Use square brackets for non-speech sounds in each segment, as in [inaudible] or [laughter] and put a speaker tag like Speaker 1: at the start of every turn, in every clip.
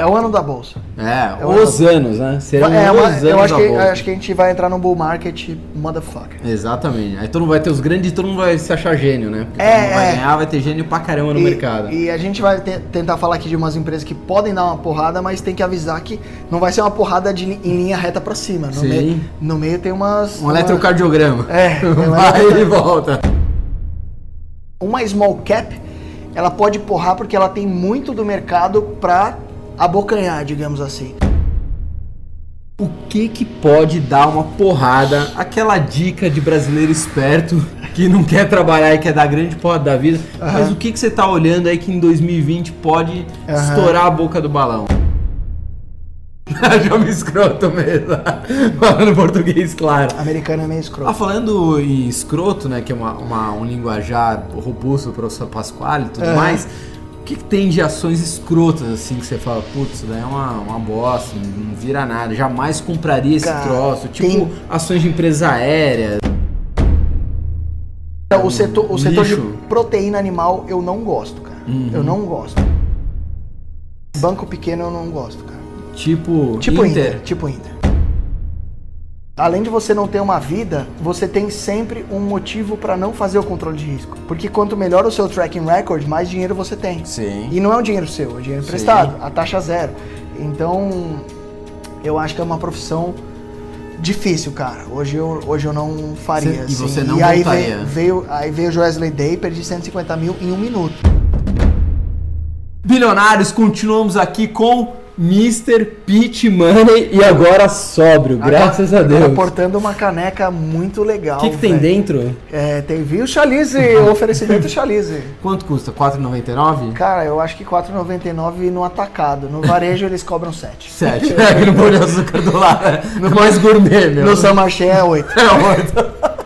Speaker 1: É o ano da bolsa.
Speaker 2: É,
Speaker 1: É uma-
Speaker 2: os anos, né? Serão
Speaker 1: É,
Speaker 2: os
Speaker 1: uma-
Speaker 2: anos
Speaker 1: eu acho
Speaker 2: da
Speaker 1: que,
Speaker 2: bolsa.
Speaker 1: acho que a gente vai entrar num bull market motherfucker.
Speaker 2: Exatamente. Aí todo mundo vai ter os grandes e todo mundo vai se achar gênio, né? Porque
Speaker 1: É,
Speaker 2: todo mundo vai
Speaker 1: é.
Speaker 2: ganhar, vai ter gênio pra caramba no
Speaker 1: e,
Speaker 2: mercado.
Speaker 1: E a gente vai te- tentar falar aqui de umas empresas que podem dar uma porrada, mas tem que avisar que não vai ser uma porrada de, li- em linha reta pra cima. No,
Speaker 2: Sim.
Speaker 1: meio- no meio tem umas.
Speaker 2: Um
Speaker 1: uma-
Speaker 2: eletrocardiograma. [laughs]
Speaker 1: É,
Speaker 2: vai
Speaker 1: eletrocardiograma.
Speaker 2: e volta.
Speaker 1: Uma small cap, ela pode porrar porque ela tem muito do mercado pra abocanhar, digamos assim.
Speaker 2: O que que pode dar uma porrada? Aquela dica de brasileiro esperto que não quer trabalhar e quer dar grande porrada da vida. Mas o que que você tá olhando aí que em 2020 pode estourar a boca do balão? [laughs] Já me escroto mesmo. [laughs] Falando português, claro.
Speaker 1: Americano é meio
Speaker 2: Ah,
Speaker 1: escroto.
Speaker 2: falando em escroto, né, que é uma, uma- um linguajar robusto do professor Pasquale e tudo
Speaker 1: É.
Speaker 2: mais, o que, que tem de ações escrotas, assim, que você fala, putz, isso daí é uma, uma bosta, não não vira nada, jamais compraria esse
Speaker 1: Cara,
Speaker 2: troço, tipo
Speaker 1: tem-
Speaker 2: ações de empresa aérea,
Speaker 1: Então, o setor, o setor de
Speaker 2: lixo.
Speaker 1: proteína animal eu não gosto, cara. Eu não gosto. Banco pequeno eu não gosto, cara.
Speaker 2: tipo,
Speaker 1: Tipo Inter. Tipo Inter. Além de você não ter uma vida, você tem sempre um motivo pra não fazer o controle de risco. Porque quanto melhor o seu tracking record, mais dinheiro você tem.
Speaker 2: Sim.
Speaker 1: E não é um dinheiro seu, é um dinheiro
Speaker 2: Sim.
Speaker 1: emprestado, a taxa zero. Então, eu acho que é uma profissão difícil, cara. Hoje eu, hoje eu não faria.
Speaker 2: Cê- e
Speaker 1: assim.
Speaker 2: você não
Speaker 1: e aí
Speaker 2: voltaria.
Speaker 1: veio, veio, aí veio o Joesley Day, perdi 150 mil em um minuto.
Speaker 2: Bilionários, continuamos aqui com Mr. Pete Money e agora sóbrio, graças a
Speaker 1: Agora
Speaker 2: Deus. O
Speaker 1: portando uma caneca muito legal.
Speaker 2: que, que tem
Speaker 1: velho.
Speaker 2: dentro?
Speaker 1: É, tem viu
Speaker 2: [laughs]
Speaker 1: Chalice, o oferecimento Chalice.
Speaker 2: Quanto custa? R$4,99?
Speaker 1: Cara, eu acho que 4,99 no atacado. No varejo eles cobram 7.
Speaker 2: 7. [laughs] É, que não pôr de açúcar do lado. né? No é mais gourmet, meu.
Speaker 1: No São Marché é 8.
Speaker 2: É, muito. [laughs]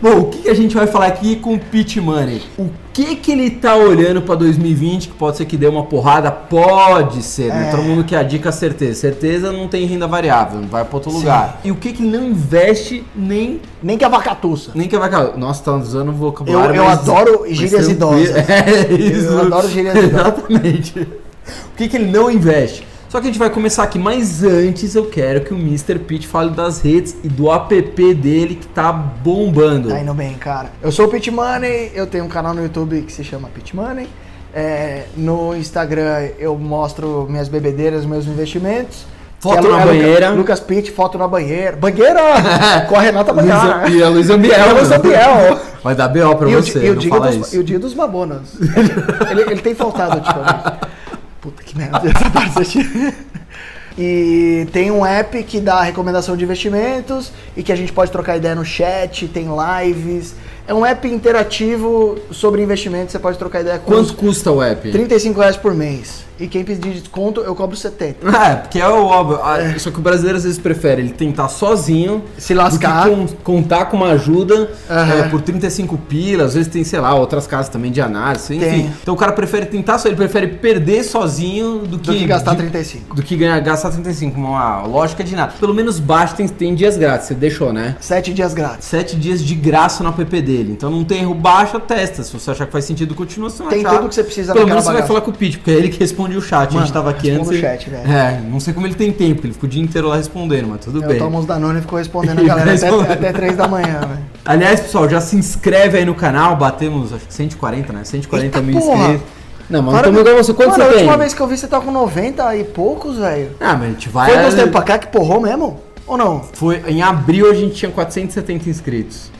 Speaker 2: Bom, o que que a gente vai falar aqui com o Pete Money? O que que ele tá olhando pra 2020 que pode ser que dê uma porrada? Pode ser, né?
Speaker 1: É.
Speaker 2: Todo mundo quer a dica certeza. Certeza não tem renda variável, não vai pra outro
Speaker 1: Sim.
Speaker 2: lugar. E o que que ele não investe nem,
Speaker 1: Nem que a vacatuça.
Speaker 2: nem que vai... ca- Nossa, tá usando
Speaker 1: Eu,
Speaker 2: vocabulário,
Speaker 1: eu
Speaker 2: mas-
Speaker 1: adoro
Speaker 2: mas
Speaker 1: gírias
Speaker 2: tranquilo.
Speaker 1: idosas.
Speaker 2: [laughs] É isso.
Speaker 1: Eu adoro gírias idosas.
Speaker 2: Exatamente. O que, que ele não investe? Só que a gente vai começar aqui, mas antes eu quero que o Mr. Pitt fale das redes e do app dele que tá bombando.
Speaker 1: Tá indo bem, cara. Eu sou o Pit Money, eu tenho um canal no YouTube que se chama Pit Money. É, no Instagram eu mostro minhas bebedeiras, meus investimentos. Que
Speaker 2: Foto
Speaker 1: é Lu-
Speaker 2: na
Speaker 1: é Luca-
Speaker 2: banheira.
Speaker 1: Lucas Pitt, foto na banheira.
Speaker 2: [laughs]
Speaker 1: Banheira! Com a Renata Banheira.
Speaker 2: Luiz- e a Luiz Ambiel.
Speaker 1: E a Luiz Ambiel.
Speaker 2: Vai dar B.O. pra
Speaker 1: E o,
Speaker 2: você,
Speaker 1: di- e o
Speaker 2: não
Speaker 1: dia
Speaker 2: fala
Speaker 1: dos,
Speaker 2: isso.
Speaker 1: e o dia dos mamonas. [laughs] ele, ele tem faltado ultimamente. Puta que merda. [laughs] e tem um app que dá recomendação de investimentos e que a gente pode trocar ideia no chat, tem lives. É um app interativo sobre investimentos, você pode trocar ideia com
Speaker 2: Quanto é?
Speaker 1: os
Speaker 2: custa o app?
Speaker 1: 35 reais por mês. E quem pedir desconto, eu cobro 70.
Speaker 2: É, porque é o óbvio. Ah, Só que o brasileiro às vezes prefere ele tentar sozinho.
Speaker 1: Se
Speaker 2: do que é um
Speaker 1: lascar.
Speaker 2: con- contar com uma ajuda
Speaker 1: Aham.
Speaker 2: é, por 35 pila. Às vezes tem, sei lá, outras casas também de análise, enfim.
Speaker 1: Tem.
Speaker 2: Então o cara prefere tentar só, ele prefere perder sozinho do que.
Speaker 1: Do que gastar
Speaker 2: de-
Speaker 1: 35.
Speaker 2: Do que ganhar, gastar 35, uma lógica de nada. Pelo menos baixo tem, tem dias grátis, você deixou, né?
Speaker 1: Sete dias grátis.
Speaker 2: Sete dias de graça no app dele. Então não tem erro, baixa, testa. Se você achar que faz sentido, continua. Se não
Speaker 1: Tem
Speaker 2: achar,
Speaker 1: tudo que você precisa
Speaker 2: Pelo
Speaker 1: naquela
Speaker 2: menos você vai
Speaker 1: bagaça.
Speaker 2: falar com o Pete, porque é ele que responde o chat. a
Speaker 1: Mano,
Speaker 2: gente tava aqui
Speaker 1: respondo
Speaker 2: antes.
Speaker 1: o
Speaker 2: ele-
Speaker 1: chat, velho.
Speaker 2: É, não sei como ele tem tempo, porque ele ficou o dia inteiro lá respondendo, mas tudo
Speaker 1: Eu
Speaker 2: bem.
Speaker 1: tomo uns Danone e fico respondendo a
Speaker 2: [laughs] E
Speaker 1: galera até,
Speaker 2: respondendo.
Speaker 1: até 3 da manhã, velho.
Speaker 2: Aliás, pessoal, já se inscreve aí no canal. Batemos, acho que 140, né? 140
Speaker 1: Eita
Speaker 2: mil
Speaker 1: porra!
Speaker 2: inscritos. Não, mas
Speaker 1: Para-
Speaker 2: não tô você. Quanto
Speaker 1: Mano, a
Speaker 2: você tem?
Speaker 1: última vez que eu vi, você tava com 90 e poucos, velho.
Speaker 2: Ah, mas a gente vai.
Speaker 1: Foi dois tempos pra cá que porrou mesmo? Ou não?
Speaker 2: Foi em abril a gente tinha 470 inscritos.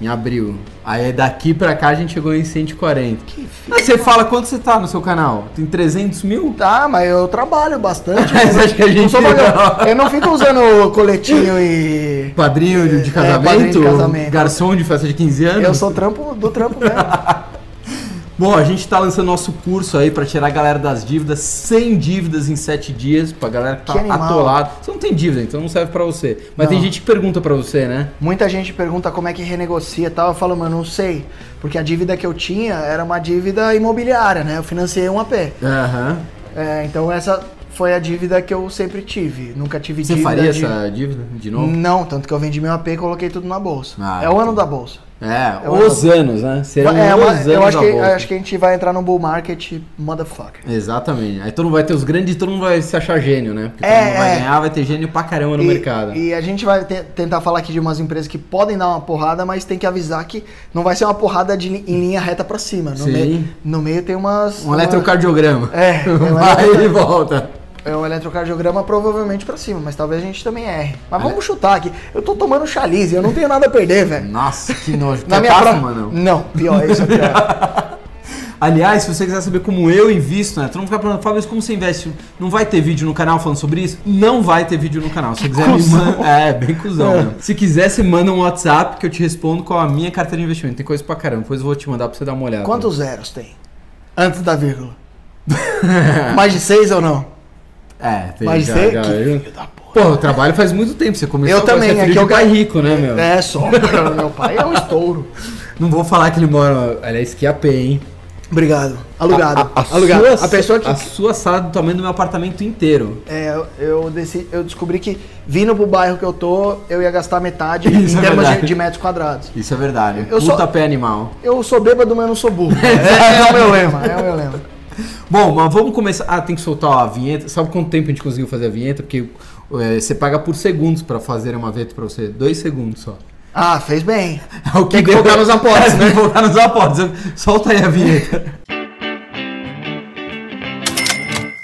Speaker 2: Em abril. Aí daqui pra cá a gente chegou em 140.
Speaker 1: Que filho.
Speaker 2: Aí você fala quanto você tá no seu canal? Tem 300 mil? [laughs]
Speaker 1: Tá, mas eu trabalho bastante.
Speaker 2: Mas acho que a
Speaker 1: não
Speaker 2: gente. [laughs]
Speaker 1: sou vagabundo. Eu não fico usando coletinho e.
Speaker 2: Padrinho de- de
Speaker 1: É,
Speaker 2: casamento,
Speaker 1: padrinho de casamento.
Speaker 2: garçom de festa de 15 anos.
Speaker 1: Eu sou trampo do trampo mesmo.
Speaker 2: Bom, a gente tá lançando nosso curso aí pra tirar a galera das dívidas, 100 dívidas em 7 dias, pra galera que tá
Speaker 1: Que animal.
Speaker 2: atolada. Você não tem dívida, então não serve pra você. Mas
Speaker 1: Não.
Speaker 2: tem gente que pergunta pra você, né?
Speaker 1: Muita gente pergunta como é que renegocia e tal. Eu falo, mano, não sei. Porque a dívida que eu tinha era uma dívida imobiliária, né? Eu financiei um AP.
Speaker 2: Aham.
Speaker 1: É, então essa foi a dívida que eu sempre tive. Nunca tive
Speaker 2: Você
Speaker 1: dívida.
Speaker 2: faria
Speaker 1: de- Hum.
Speaker 2: essa dívida de novo?
Speaker 1: Não, tanto que eu vendi meu AP e coloquei tudo na bolsa.
Speaker 2: Ah,
Speaker 1: é o ano
Speaker 2: entendi.
Speaker 1: da bolsa.
Speaker 2: É,
Speaker 1: Eu
Speaker 2: os anos, né? Serão
Speaker 1: É,
Speaker 2: os
Speaker 1: uma-
Speaker 2: anos
Speaker 1: eu acho
Speaker 2: da
Speaker 1: que,
Speaker 2: volta.
Speaker 1: acho que a gente vai entrar num bull market motherfucker.
Speaker 2: Exatamente. Aí todo mundo vai ter os grandes e todo mundo vai se achar gênio, né? Porque
Speaker 1: É,
Speaker 2: todo mundo vai
Speaker 1: é.
Speaker 2: ganhar, vai ter gênio pra caramba no
Speaker 1: e,
Speaker 2: mercado.
Speaker 1: E a gente vai te- tentar falar aqui de umas empresas que podem dar uma porrada, mas tem que avisar que não vai ser uma porrada de, li- em linha reta pra cima. No,
Speaker 2: Sim.
Speaker 1: meio- no meio tem umas.
Speaker 2: Um
Speaker 1: uma-
Speaker 2: eletrocardiograma.
Speaker 1: É, tem um
Speaker 2: [laughs] vai
Speaker 1: eletro-
Speaker 2: e volta.
Speaker 1: é um eletrocardiograma provavelmente pra cima, mas talvez a gente também erre.
Speaker 2: É.
Speaker 1: Mas vamos chutar aqui. Eu tô tomando chalice, eu não tenho nada a perder, velho.
Speaker 2: Nossa, que nojo.
Speaker 1: Na
Speaker 2: Quer
Speaker 1: minha
Speaker 2: papo,
Speaker 1: prova-
Speaker 2: mano?
Speaker 1: Não, pior, isso é
Speaker 2: [laughs]
Speaker 1: pior.
Speaker 2: Aliás, se você quiser saber como eu invisto, né? Tu não ficar perguntando, Fábio, mas como você investe? Não vai ter vídeo no canal falando sobre isso? Não vai ter vídeo no canal. Se você quiser
Speaker 1: cuzão.
Speaker 2: me manda. É, bem cuzão,
Speaker 1: É.
Speaker 2: mesmo. Se quiser, você manda um WhatsApp que eu te respondo qual a minha carteira de investimento. Tem coisa pra caramba. Depois eu vou te mandar pra você dar uma olhada.
Speaker 1: Quantos zeros tem? Antes da vírgula. [laughs] Mais de seis ou não?
Speaker 2: É, tem
Speaker 1: Mais de
Speaker 2: já,
Speaker 1: seis?
Speaker 2: já-
Speaker 1: Que
Speaker 2: eu-
Speaker 1: filho da porra.
Speaker 2: Pô, eu trabalho faz muito tempo. Você começou
Speaker 1: Eu também,
Speaker 2: Você é
Speaker 1: é
Speaker 2: filho
Speaker 1: que
Speaker 2: de
Speaker 1: eu
Speaker 2: pai
Speaker 1: ga-
Speaker 2: rico, né, meu?
Speaker 1: É
Speaker 2: [laughs]
Speaker 1: só. Meu pai é um estouro.
Speaker 2: Não vou falar que ele mora. é Aliás, que AP, hein?
Speaker 1: Obrigado. Alugado.
Speaker 2: A, a, a,
Speaker 1: Alugado.
Speaker 2: sua,
Speaker 1: a pessoa que.
Speaker 2: a sua sala é do tamanho do meu apartamento inteiro.
Speaker 1: É, eu- eu, desci, eu descobri que vindo pro bairro que eu tô, eu ia gastar metade
Speaker 2: [laughs] Isso
Speaker 1: em
Speaker 2: é
Speaker 1: termos de,
Speaker 2: verdade.
Speaker 1: de metros quadrados.
Speaker 2: Isso é verdade.
Speaker 1: Eu
Speaker 2: Puta
Speaker 1: só-
Speaker 2: pé animal.
Speaker 1: Eu sou bêbado, mas não sou burro.
Speaker 2: [laughs]
Speaker 1: É, é o meu lema, é o meu lema.
Speaker 2: Bom, mas vamos começar. Ah, tem que soltar a vinheta. Sabe quanto tempo a gente conseguiu fazer a vinheta? Porque eh, você paga por segundos pra fazer uma vinheta pra você. Dois segundos só.
Speaker 1: Ah, fez bem. [laughs]
Speaker 2: É o que
Speaker 1: Tem que
Speaker 2: deu-
Speaker 1: focar nos [laughs] aportes,
Speaker 2: É,
Speaker 1: né?
Speaker 2: Tem que focar nos aportes. Solta aí a vinheta.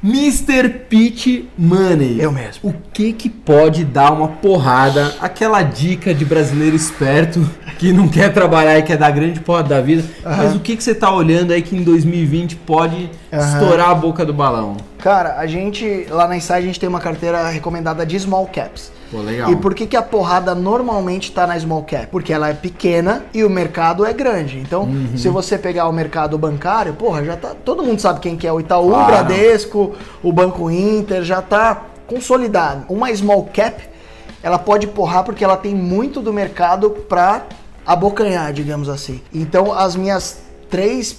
Speaker 2: Mr. Pitt Money.
Speaker 1: Eu mesmo.
Speaker 2: O que que pode dar uma porrada? Aquela dica de brasileiro esperto que não quer trabalhar e quer dar grande porra da vida. Mas o que que você tá olhando aí que em 2020 pode
Speaker 1: Aham.
Speaker 2: estourar a boca do balão?
Speaker 1: Cara, a gente, lá na Inside, a gente tem uma carteira recomendada de small caps.
Speaker 2: Pô, legal.
Speaker 1: E por que, que a porrada normalmente tá na small cap? Porque ela é pequena e o mercado é grande. Então,
Speaker 2: Uhum.
Speaker 1: se você pegar o mercado bancário, porra, já tá. Todo mundo sabe quem que é o Itaú, o
Speaker 2: Claro.
Speaker 1: Bradesco, o Banco Inter, já tá consolidado. Uma small cap, ela pode porrar porque ela tem muito do mercado pra abocanhar, digamos assim. Então, as minhas três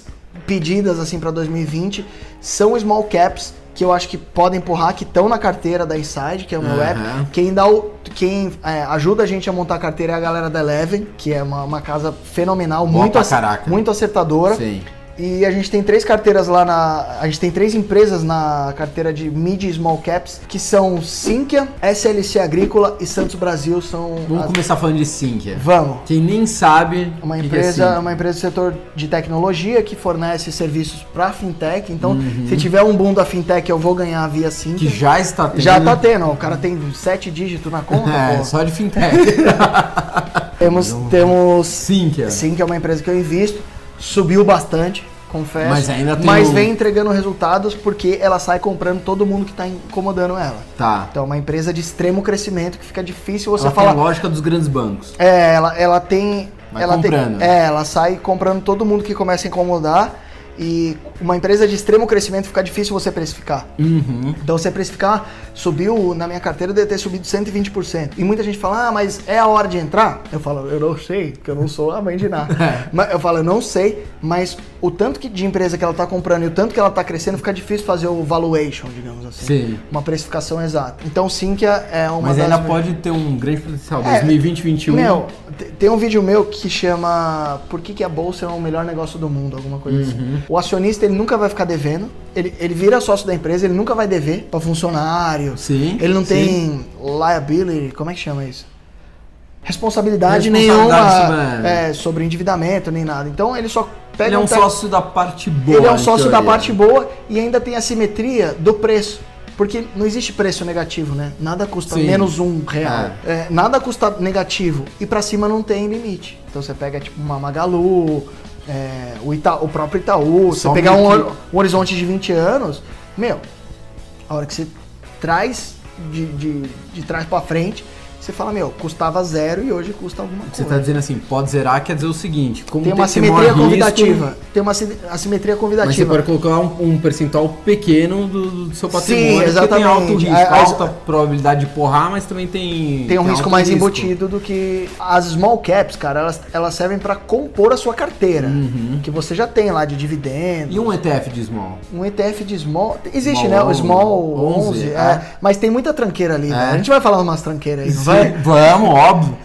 Speaker 1: pedidas assim para 2020 são small caps que eu acho que podem empurrar, que estão na carteira da Inside, que é o meu app,
Speaker 2: Aham.
Speaker 1: quem dá o, quem é, ajuda a gente a montar a carteira é a galera da Eleven, que é uma, uma casa fenomenal,
Speaker 2: Boa
Speaker 1: muito,
Speaker 2: pra
Speaker 1: ace-
Speaker 2: caraca.
Speaker 1: muito acertadora.
Speaker 2: Sim.
Speaker 1: E a gente tem três carteiras lá na. A gente tem três empresas na carteira de mid e small caps, que são Sinqia, SLC Agrícola e Santos Brasil são.
Speaker 2: Vamos
Speaker 1: as-
Speaker 2: começar falando de Sinqia.
Speaker 1: Vamos.
Speaker 2: Quem nem sabe.
Speaker 1: Uma
Speaker 2: o que que
Speaker 1: empresa,
Speaker 2: é Sinqia.
Speaker 1: uma empresa do setor de tecnologia que fornece serviços para fintech. Então, se tiver um boom da fintech, eu vou ganhar via
Speaker 2: Uhum. que
Speaker 1: Sinqia.
Speaker 2: já está tendo.
Speaker 1: Já tá tendo, o cara tem sete dígitos na conta.
Speaker 2: [laughs] É,
Speaker 1: pô.
Speaker 2: só de
Speaker 1: [laughs]
Speaker 2: fintech.
Speaker 1: Temos, temos
Speaker 2: Sinqia.
Speaker 1: sim, que é uma empresa que eu invisto, subiu bastante, confesso.
Speaker 2: Mas ainda tem
Speaker 1: mas
Speaker 2: o-
Speaker 1: vem entregando resultados porque ela sai comprando todo mundo que está incomodando ela.
Speaker 2: Tá.
Speaker 1: Então é uma empresa de extremo crescimento que fica difícil você
Speaker 2: Ela tem
Speaker 1: falar.
Speaker 2: a lógica dos grandes bancos.
Speaker 1: É, ela, ela tem.
Speaker 2: Vai
Speaker 1: ela tem-
Speaker 2: comprando.
Speaker 1: é, ela sai comprando todo mundo que começa a incomodar. E uma empresa de extremo crescimento fica difícil você precificar.
Speaker 2: Uhum.
Speaker 1: Então você precificar, subiu, na minha carteira deve ter subido 120%. E muita gente fala, ah, mas é a hora de entrar? Eu falo, eu não sei, porque eu não sou a mãe de
Speaker 2: [laughs] É.
Speaker 1: nada. mas eu falo, eu não sei, mas o tanto que de empresa que ela tá comprando e o tanto que ela tá crescendo, fica difícil fazer o valuation, digamos assim.
Speaker 2: Sim.
Speaker 1: Uma precificação exata. Então sim que é uma
Speaker 2: Mas
Speaker 1: das...
Speaker 2: ainda pode ter um grande potencial.
Speaker 1: É,
Speaker 2: 2020, 2021.
Speaker 1: Meu, te- tem um vídeo meu que chama Por que, que a Bolsa é o melhor negócio do mundo? Alguma coisa
Speaker 2: Uhum.
Speaker 1: assim. O acionista, ele nunca vai ficar devendo. Ele, ele vira sócio da empresa, ele nunca vai dever pra funcionário.
Speaker 2: Sim,
Speaker 1: Ele não
Speaker 2: sim.
Speaker 1: tem liability, como é que chama isso? Responsabilidade,
Speaker 2: Responsabilidade
Speaker 1: nenhuma
Speaker 2: sobre-
Speaker 1: sobre... sobre endividamento, nem nada. Então ele só pega
Speaker 2: Ele é um
Speaker 1: técnico-
Speaker 2: sócio da parte boa.
Speaker 1: ele é um
Speaker 2: em
Speaker 1: sócio da
Speaker 2: teoria.
Speaker 1: parte boa e ainda tem a simetria do preço. Porque não existe preço negativo, né? Nada custa
Speaker 2: Sim.
Speaker 1: menos um real. É, nada custa negativo. E pra cima não tem limite. Então você pega tipo uma Magalu, é, o, Ita- o próprio Itaú,
Speaker 2: Só
Speaker 1: você pegar
Speaker 2: meio
Speaker 1: um,
Speaker 2: que-
Speaker 1: hor- um horizonte de 20 anos, meu, a hora que você traz de, de, de trás pra frente, você fala, meu, custava zero e hoje custa alguma coisa.
Speaker 2: Você está dizendo assim, pode zerar, quer dizer o seguinte: como
Speaker 1: Tem uma
Speaker 2: esse maior
Speaker 1: simetria
Speaker 2: risco,
Speaker 1: convidativa. Tem uma si- assimetria convidativa.
Speaker 2: Mas você pode colocar um, um percentual pequeno do, do seu patrimônio, porque tem
Speaker 1: exatamente.
Speaker 2: alto risco,
Speaker 1: A- as-
Speaker 2: alta probabilidade de porrar, mas também Então, tem.
Speaker 1: tem um risco
Speaker 2: alto
Speaker 1: mais embutido do que as small caps, cara. Elas, elas servem pra compor a sua carteira, que você já tem lá de dividendo.
Speaker 2: E um ETF de small?
Speaker 1: Um ETF de small. Existe,
Speaker 2: Small
Speaker 1: né? O
Speaker 2: 11,
Speaker 1: small 11. é.
Speaker 2: é.
Speaker 1: Mas tem muita tranqueira ali. né?
Speaker 2: É.
Speaker 1: A gente vai falar umas tranqueiras aí, não vai?
Speaker 2: Sim, Vamos, óbvio.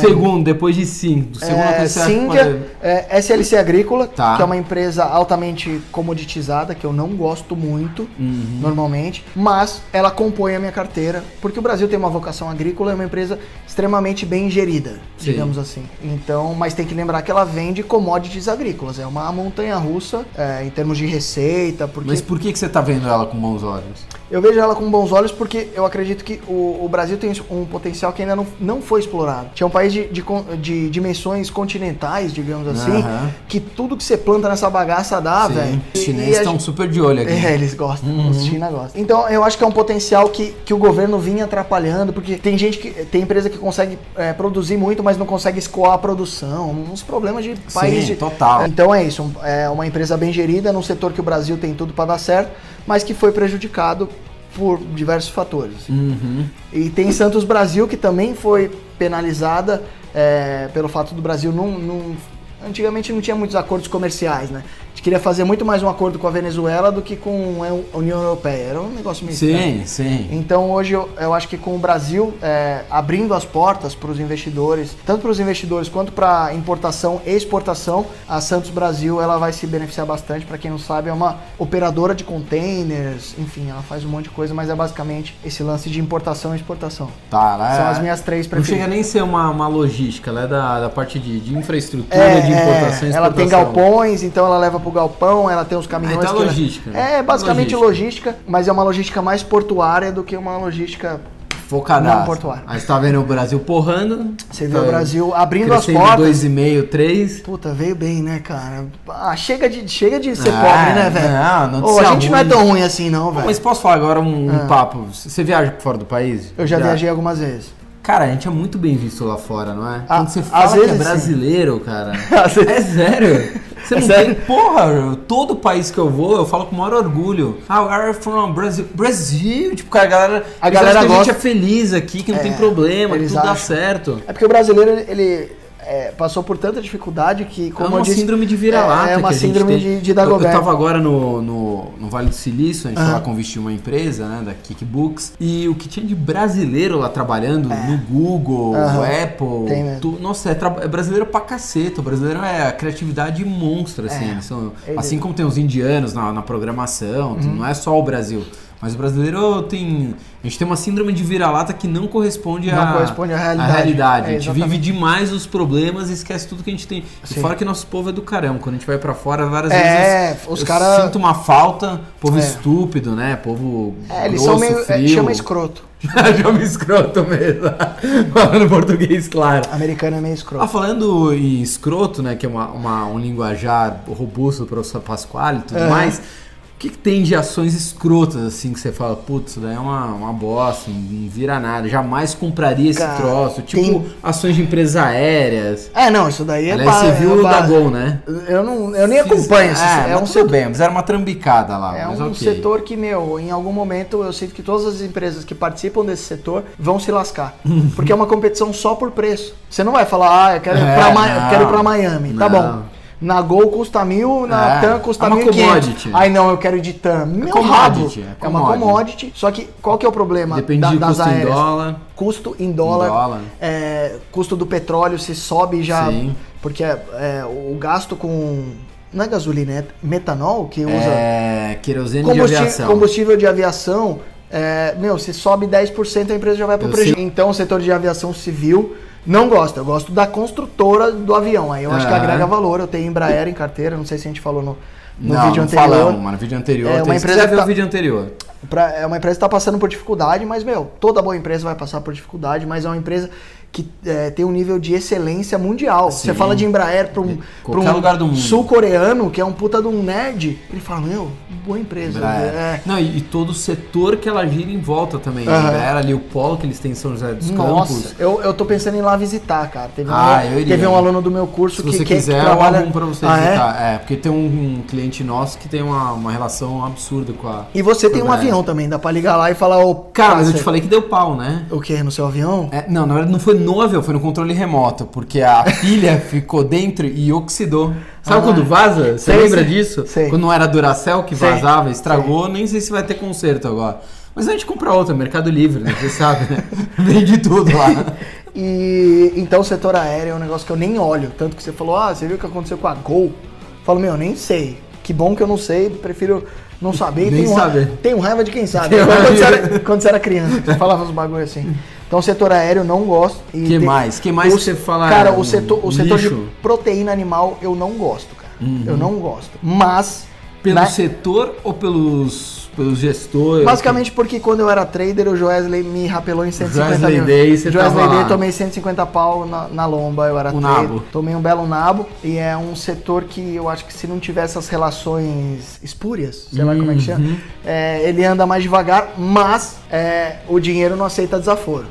Speaker 2: Segundo, depois de cinco. Segundo, ah, a
Speaker 1: É,
Speaker 2: terceira,
Speaker 1: Singa, é, SLC Agrícola,
Speaker 2: Tá.
Speaker 1: que é uma empresa altamente comoditizada, que eu não gosto muito,
Speaker 2: Uhum.
Speaker 1: normalmente, mas ela compõe a minha carteira, porque o Brasil tem uma vocação agrícola, é uma empresa extremamente bem gerida,
Speaker 2: Sim.
Speaker 1: digamos assim. Então, mas tem que lembrar que ela vende commodities agrícolas, é uma montanha russa é, em termos de receita, porque
Speaker 2: Mas por que, que você tá vendo ela com bons olhos?
Speaker 1: eu vejo ela com bons olhos porque eu acredito que o, o Brasil tem um potencial que ainda não, não foi explorado. Que é um país de, de, con- de dimensões continentais, digamos assim,
Speaker 2: Aham.
Speaker 1: que tudo que você planta nessa bagaça dá, Ah, velho.
Speaker 2: Os
Speaker 1: E-
Speaker 2: chineses
Speaker 1: e a
Speaker 2: estão super de olho aqui. Uhum.
Speaker 1: é, eles gostam. Os China gostam. Então, eu acho que é um potencial que, que o governo vinha atrapalhando, porque tem gente que. Tem empresa que consegue é, produzir muito, mas não consegue escoar a produção. Uns problemas de país. de-
Speaker 2: total.
Speaker 1: Então é isso. um- É uma empresa bem gerida, num setor que o Brasil tem tudo para dar certo, mas que foi prejudicado por diversos fatores. assim.
Speaker 2: Uhum.
Speaker 1: E tem Santos Brasil, que também foi penalizada é, pelo fato do Brasil não, não- Antigamente não tinha muitos acordos comerciais, né? A gente queria fazer muito mais um acordo com a Venezuela do que com a União Europeia. Era um negócio meio estranho.
Speaker 2: Sim, sim.
Speaker 1: Então hoje eu, eu acho que com o Brasil é, abrindo as portas para os investidores, tanto para os investidores quanto para importação e exportação, a Santos Brasil ela vai se beneficiar bastante. Para quem não sabe, é uma operadora de containers, enfim, ela faz um monte de coisa, mas é basicamente esse lance de importação e exportação.
Speaker 2: Tá, lá
Speaker 1: São
Speaker 2: é-
Speaker 1: as minhas três
Speaker 2: Não chega
Speaker 1: preferidas.
Speaker 2: nem a ser uma, uma logística, ela é da, da parte de, de infraestrutura,
Speaker 1: É,
Speaker 2: de importação e
Speaker 1: é, ela tem
Speaker 2: exportação.
Speaker 1: galpões, então ela leva pro galpão, ela tem os caminhões.
Speaker 2: então é
Speaker 1: que ela-
Speaker 2: logística, né?
Speaker 1: É, basicamente
Speaker 2: Logística.
Speaker 1: logística. mas é uma logística mais portuária do que uma logística.
Speaker 2: Focadaço.
Speaker 1: Não portuário.
Speaker 2: Aí você tá vendo o Brasil porrando.
Speaker 1: Você vê o
Speaker 2: tá
Speaker 1: Brasil abrindo as
Speaker 2: Crescendo
Speaker 1: portas.
Speaker 2: 2,5, 3.
Speaker 1: Puta, veio bem, né, cara? Ah, chega de, chega de ser
Speaker 2: Ah,
Speaker 1: pobre, né, velho?
Speaker 2: não, não
Speaker 1: Ô,
Speaker 2: se
Speaker 1: A gente não é
Speaker 2: arrume.
Speaker 1: tão ruim assim, não, velho.
Speaker 2: Mas posso falar agora um, um papo? Você viaja pra fora do país?
Speaker 1: Ah. Eu já viajei algumas vezes.
Speaker 2: Cara, a gente é muito bem visto lá fora, não é?
Speaker 1: Ah,
Speaker 2: Quando você
Speaker 1: às
Speaker 2: fala que é
Speaker 1: vezes,
Speaker 2: brasileiro, cara.
Speaker 1: [laughs] Às vezes.
Speaker 2: É
Speaker 1: [laughs]
Speaker 2: sério. Você
Speaker 1: É
Speaker 2: não
Speaker 1: sério?
Speaker 2: tem. Porra, eu- todo país que eu vou, eu falo com o maior orgulho. Ah, we are from Brazil. Brasil! Tipo, cara, a galera.
Speaker 1: A
Speaker 2: eles
Speaker 1: galera
Speaker 2: acham que a gente
Speaker 1: gosta.
Speaker 2: é feliz aqui, que não
Speaker 1: É,
Speaker 2: tem problema, que
Speaker 1: eles
Speaker 2: tudo dá
Speaker 1: acham.
Speaker 2: certo.
Speaker 1: É porque o brasileiro, ele, ele, é, passou por tanta dificuldade que, como
Speaker 2: é uma
Speaker 1: eu disse.
Speaker 2: síndrome de vira-lata.
Speaker 1: É, é uma
Speaker 2: que a gente
Speaker 1: síndrome
Speaker 2: tem.
Speaker 1: de, de Ah.
Speaker 2: Eu- Eu
Speaker 1: Dagobert.
Speaker 2: tava agora no, no, no Vale do Silício, a gente
Speaker 1: Aham.
Speaker 2: tava convestindo uma empresa, né, da Kickbooks. E o que tinha de brasileiro lá trabalhando no Google,
Speaker 1: É. Aham.
Speaker 2: no
Speaker 1: Tem
Speaker 2: Apple.
Speaker 1: mesmo.
Speaker 2: tu- nossa, é, tra- é brasileiro pra caceta. O brasileiro é a criatividade monstra, assim. eles são-
Speaker 1: É, Ele- Uhum.
Speaker 2: Assim como tem os indianos na, na programação, tu- não é só o Brasil. Mas o brasileiro tem. A gente tem uma síndrome de vira-lata que não corresponde
Speaker 1: Não
Speaker 2: à-
Speaker 1: corresponde à realidade.
Speaker 2: realidade.
Speaker 1: É,
Speaker 2: a gente
Speaker 1: exatamente.
Speaker 2: vive demais os problemas e esquece tudo que a gente tem. E
Speaker 1: Sim.
Speaker 2: fora que nosso povo é do caramba. Quando a gente vai pra fora, várias
Speaker 1: É,
Speaker 2: vezes eu-
Speaker 1: os
Speaker 2: eu
Speaker 1: cara-
Speaker 2: sinto uma falta. Povo
Speaker 1: É.
Speaker 2: estúpido, né? Povo
Speaker 1: É, eles são
Speaker 2: grosso,
Speaker 1: meio. é,
Speaker 2: frio.
Speaker 1: chama escroto.
Speaker 2: [laughs] Chama escroto mesmo. [laughs] Falando português, claro.
Speaker 1: Americano é meio
Speaker 2: Ah,
Speaker 1: escroto.
Speaker 2: falando em escroto, né? Que é uma, uma- um linguajar robusto do professor Pasquale e tudo
Speaker 1: É.
Speaker 2: mais. O que, que tem de ações escrotas, assim, que você fala, putz, isso daí é uma, uma bosta, não vira nada, jamais compraria esse
Speaker 1: Cara,
Speaker 2: troço. Tipo,
Speaker 1: tem-
Speaker 2: ações de empresas aéreas.
Speaker 1: É, não, isso daí é.
Speaker 2: Aliás,
Speaker 1: ba-
Speaker 2: você viu
Speaker 1: é
Speaker 2: o
Speaker 1: ba-
Speaker 2: da Gol, né?
Speaker 1: Eu, não, eu nem acompanho esse.
Speaker 2: É,
Speaker 1: é um
Speaker 2: setor
Speaker 1: setor.
Speaker 2: bem, mas era uma trambicada lá.
Speaker 1: É
Speaker 2: Ah, mas
Speaker 1: um
Speaker 2: ok.
Speaker 1: setor que, meu, em algum momento eu sinto que todas as empresas que participam desse setor vão se
Speaker 2: [laughs]
Speaker 1: lascar. porque é uma competição só por preço. Você não vai falar, ah, eu quero,
Speaker 2: É,
Speaker 1: ir, pra Ma- eu
Speaker 2: não.
Speaker 1: quero ir pra Miami. Tá
Speaker 2: Não.
Speaker 1: bom. Na Gol custa mil, na
Speaker 2: É,
Speaker 1: TAM custa
Speaker 2: é uma
Speaker 1: mil
Speaker 2: commodity. É
Speaker 1: Ai não, eu quero ir de TAM. Meu rabo.
Speaker 2: commodity, é
Speaker 1: É uma
Speaker 2: commodity.
Speaker 1: commodity. Só que qual que é o problema
Speaker 2: Depende
Speaker 1: da-
Speaker 2: de
Speaker 1: das
Speaker 2: custo em
Speaker 1: aéreas?
Speaker 2: dólar.
Speaker 1: Custo em dólar.
Speaker 2: Em dólar.
Speaker 1: é, custo do petróleo se sobe já.
Speaker 2: Sim.
Speaker 1: Porque é, é, o gasto com. Não é gasolina, é metanol que usa.
Speaker 2: É, querosene de
Speaker 1: Combusti-
Speaker 2: aviação.
Speaker 1: combustível de aviação, é, meu, se sobe 10%, a empresa já vai pro
Speaker 2: Eu
Speaker 1: prejuízo. Então, o setor de aviação civil não gosta. Eu gosto da construtora do avião. Aí eu acho que
Speaker 2: Aham.
Speaker 1: agrega valor. Eu tenho Embraer em carteira, não sei se a gente falou no, no
Speaker 2: não,
Speaker 1: vídeo
Speaker 2: não
Speaker 1: anterior.
Speaker 2: falamos, mas no vídeo anterior.
Speaker 1: É,
Speaker 2: tem-
Speaker 1: uma
Speaker 2: se
Speaker 1: empresa
Speaker 2: quiser
Speaker 1: que
Speaker 2: ver
Speaker 1: tá-
Speaker 2: o vídeo anterior.
Speaker 1: Pra- é uma empresa que está passando por dificuldade, mas, meu, toda boa empresa vai passar por dificuldade, mas é uma empresa que é, tem um nível de excelência mundial.
Speaker 2: Sim.
Speaker 1: Você fala de Embraer para um, pra
Speaker 2: Qualquer
Speaker 1: um
Speaker 2: lugar do mundo.
Speaker 1: sul-coreano, que é um puta de um nerd, ele fala, meu, boa empresa.
Speaker 2: Embraer.
Speaker 1: É.
Speaker 2: Não, e, e todo o setor que ela gira em volta também.
Speaker 1: Aham.
Speaker 2: Embraer ali, o polo que eles têm em São José dos Campos.
Speaker 1: Nossa, eu, eu tô pensando em ir lá visitar, cara. Teve, um,
Speaker 2: Ah, eu iria.
Speaker 1: teve um aluno do meu curso
Speaker 2: Se
Speaker 1: que,
Speaker 2: você
Speaker 1: que- que
Speaker 2: quiser, eu
Speaker 1: trabalha...
Speaker 2: arrumo pra você
Speaker 1: Ah, é?
Speaker 2: visitar. É? porque tem um, um cliente nosso que tem uma, uma relação absurda com a.
Speaker 1: E você
Speaker 2: com a
Speaker 1: tem um
Speaker 2: Embraer.
Speaker 1: avião também, dá pra ligar lá e falar, ô,
Speaker 2: Cara, mas eu
Speaker 1: parceiro,
Speaker 2: te falei que deu pau, né?
Speaker 1: O que, no seu avião?
Speaker 2: É, não, na verdade não foi no avião, foi no controle remoto, porque
Speaker 1: [laughs]
Speaker 2: a pilha ficou dentro e oxidou. Sabe
Speaker 1: Ah.
Speaker 2: quando vaza? Você
Speaker 1: Sei,
Speaker 2: lembra
Speaker 1: sei.
Speaker 2: disso?
Speaker 1: Sei.
Speaker 2: Quando não era Duracell que
Speaker 1: Sei.
Speaker 2: vazava, estragou, nem sei se vai ter
Speaker 1: [laughs]
Speaker 2: conserto agora. Mas a gente compra outra, Mercado Livre, né? Você sabe, né? Vende tudo lá.
Speaker 1: E então o setor aéreo é um negócio que eu nem olho. Tanto que você falou, ah, você viu o que aconteceu com a Gol? Eu falo, meu, nem sei. Que bom que eu não sei, prefiro não saber.
Speaker 2: Nem
Speaker 1: tenho,
Speaker 2: saber.
Speaker 1: Ra... tenho raiva de quem sabe.
Speaker 2: Tenho raiva
Speaker 1: Quando,
Speaker 2: de-
Speaker 1: você era, quando você era criança, você falava uns bagulho assim. Então o setor aéreo eu não gosto. E
Speaker 2: Que mais? Que mais
Speaker 1: o-
Speaker 2: você fala,
Speaker 1: Cara, o
Speaker 2: hum,
Speaker 1: setor, o setor de
Speaker 2: lixo? Uhum.
Speaker 1: proteína animal eu não gosto, cara. Eu não gosto. Mas.
Speaker 2: Pelo
Speaker 1: na-
Speaker 2: setor ou pelos, pelos gestores?
Speaker 1: Basicamente porque quando eu era trader, o Joesley me rapelou em 150
Speaker 2: Joesley
Speaker 1: mil.
Speaker 2: Day, você
Speaker 1: Joesley
Speaker 2: tava
Speaker 1: Day,
Speaker 2: lá.
Speaker 1: tomei 150 pau na, na lomba, eu era
Speaker 2: O
Speaker 1: trader.
Speaker 2: nabo.
Speaker 1: Tomei um belo nabo e é um setor que eu acho que se não tivesse as relações espúrias, sei lá como
Speaker 2: Uhum.
Speaker 1: é que chama, é, ele anda mais devagar, mas é, o dinheiro não aceita desaforo.